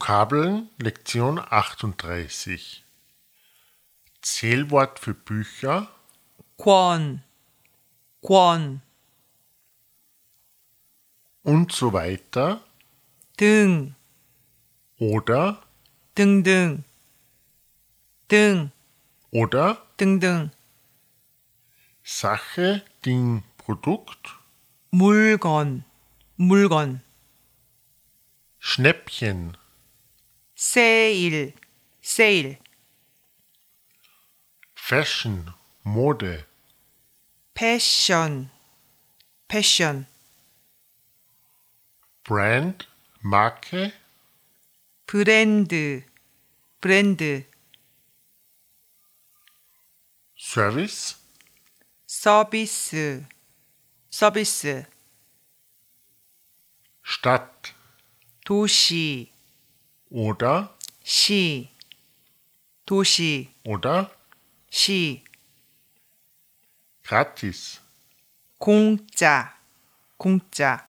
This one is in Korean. Vokabeln Lektion 38 Zählwort für Bücher 권, 권, und so weiter 등, oder 등등, 등, oder 등등, Sache, Ding, Produkt, 물건, 물건, Schnäppchen, 세일, 세일, Fashion, Mode, 패션, 패션, Brand, Marke, 브랜드, 브랜드, Service, 서비스, 서비스, Stadt 도시, oder 시, 도시, oder 시, gratis. 공짜, 공짜.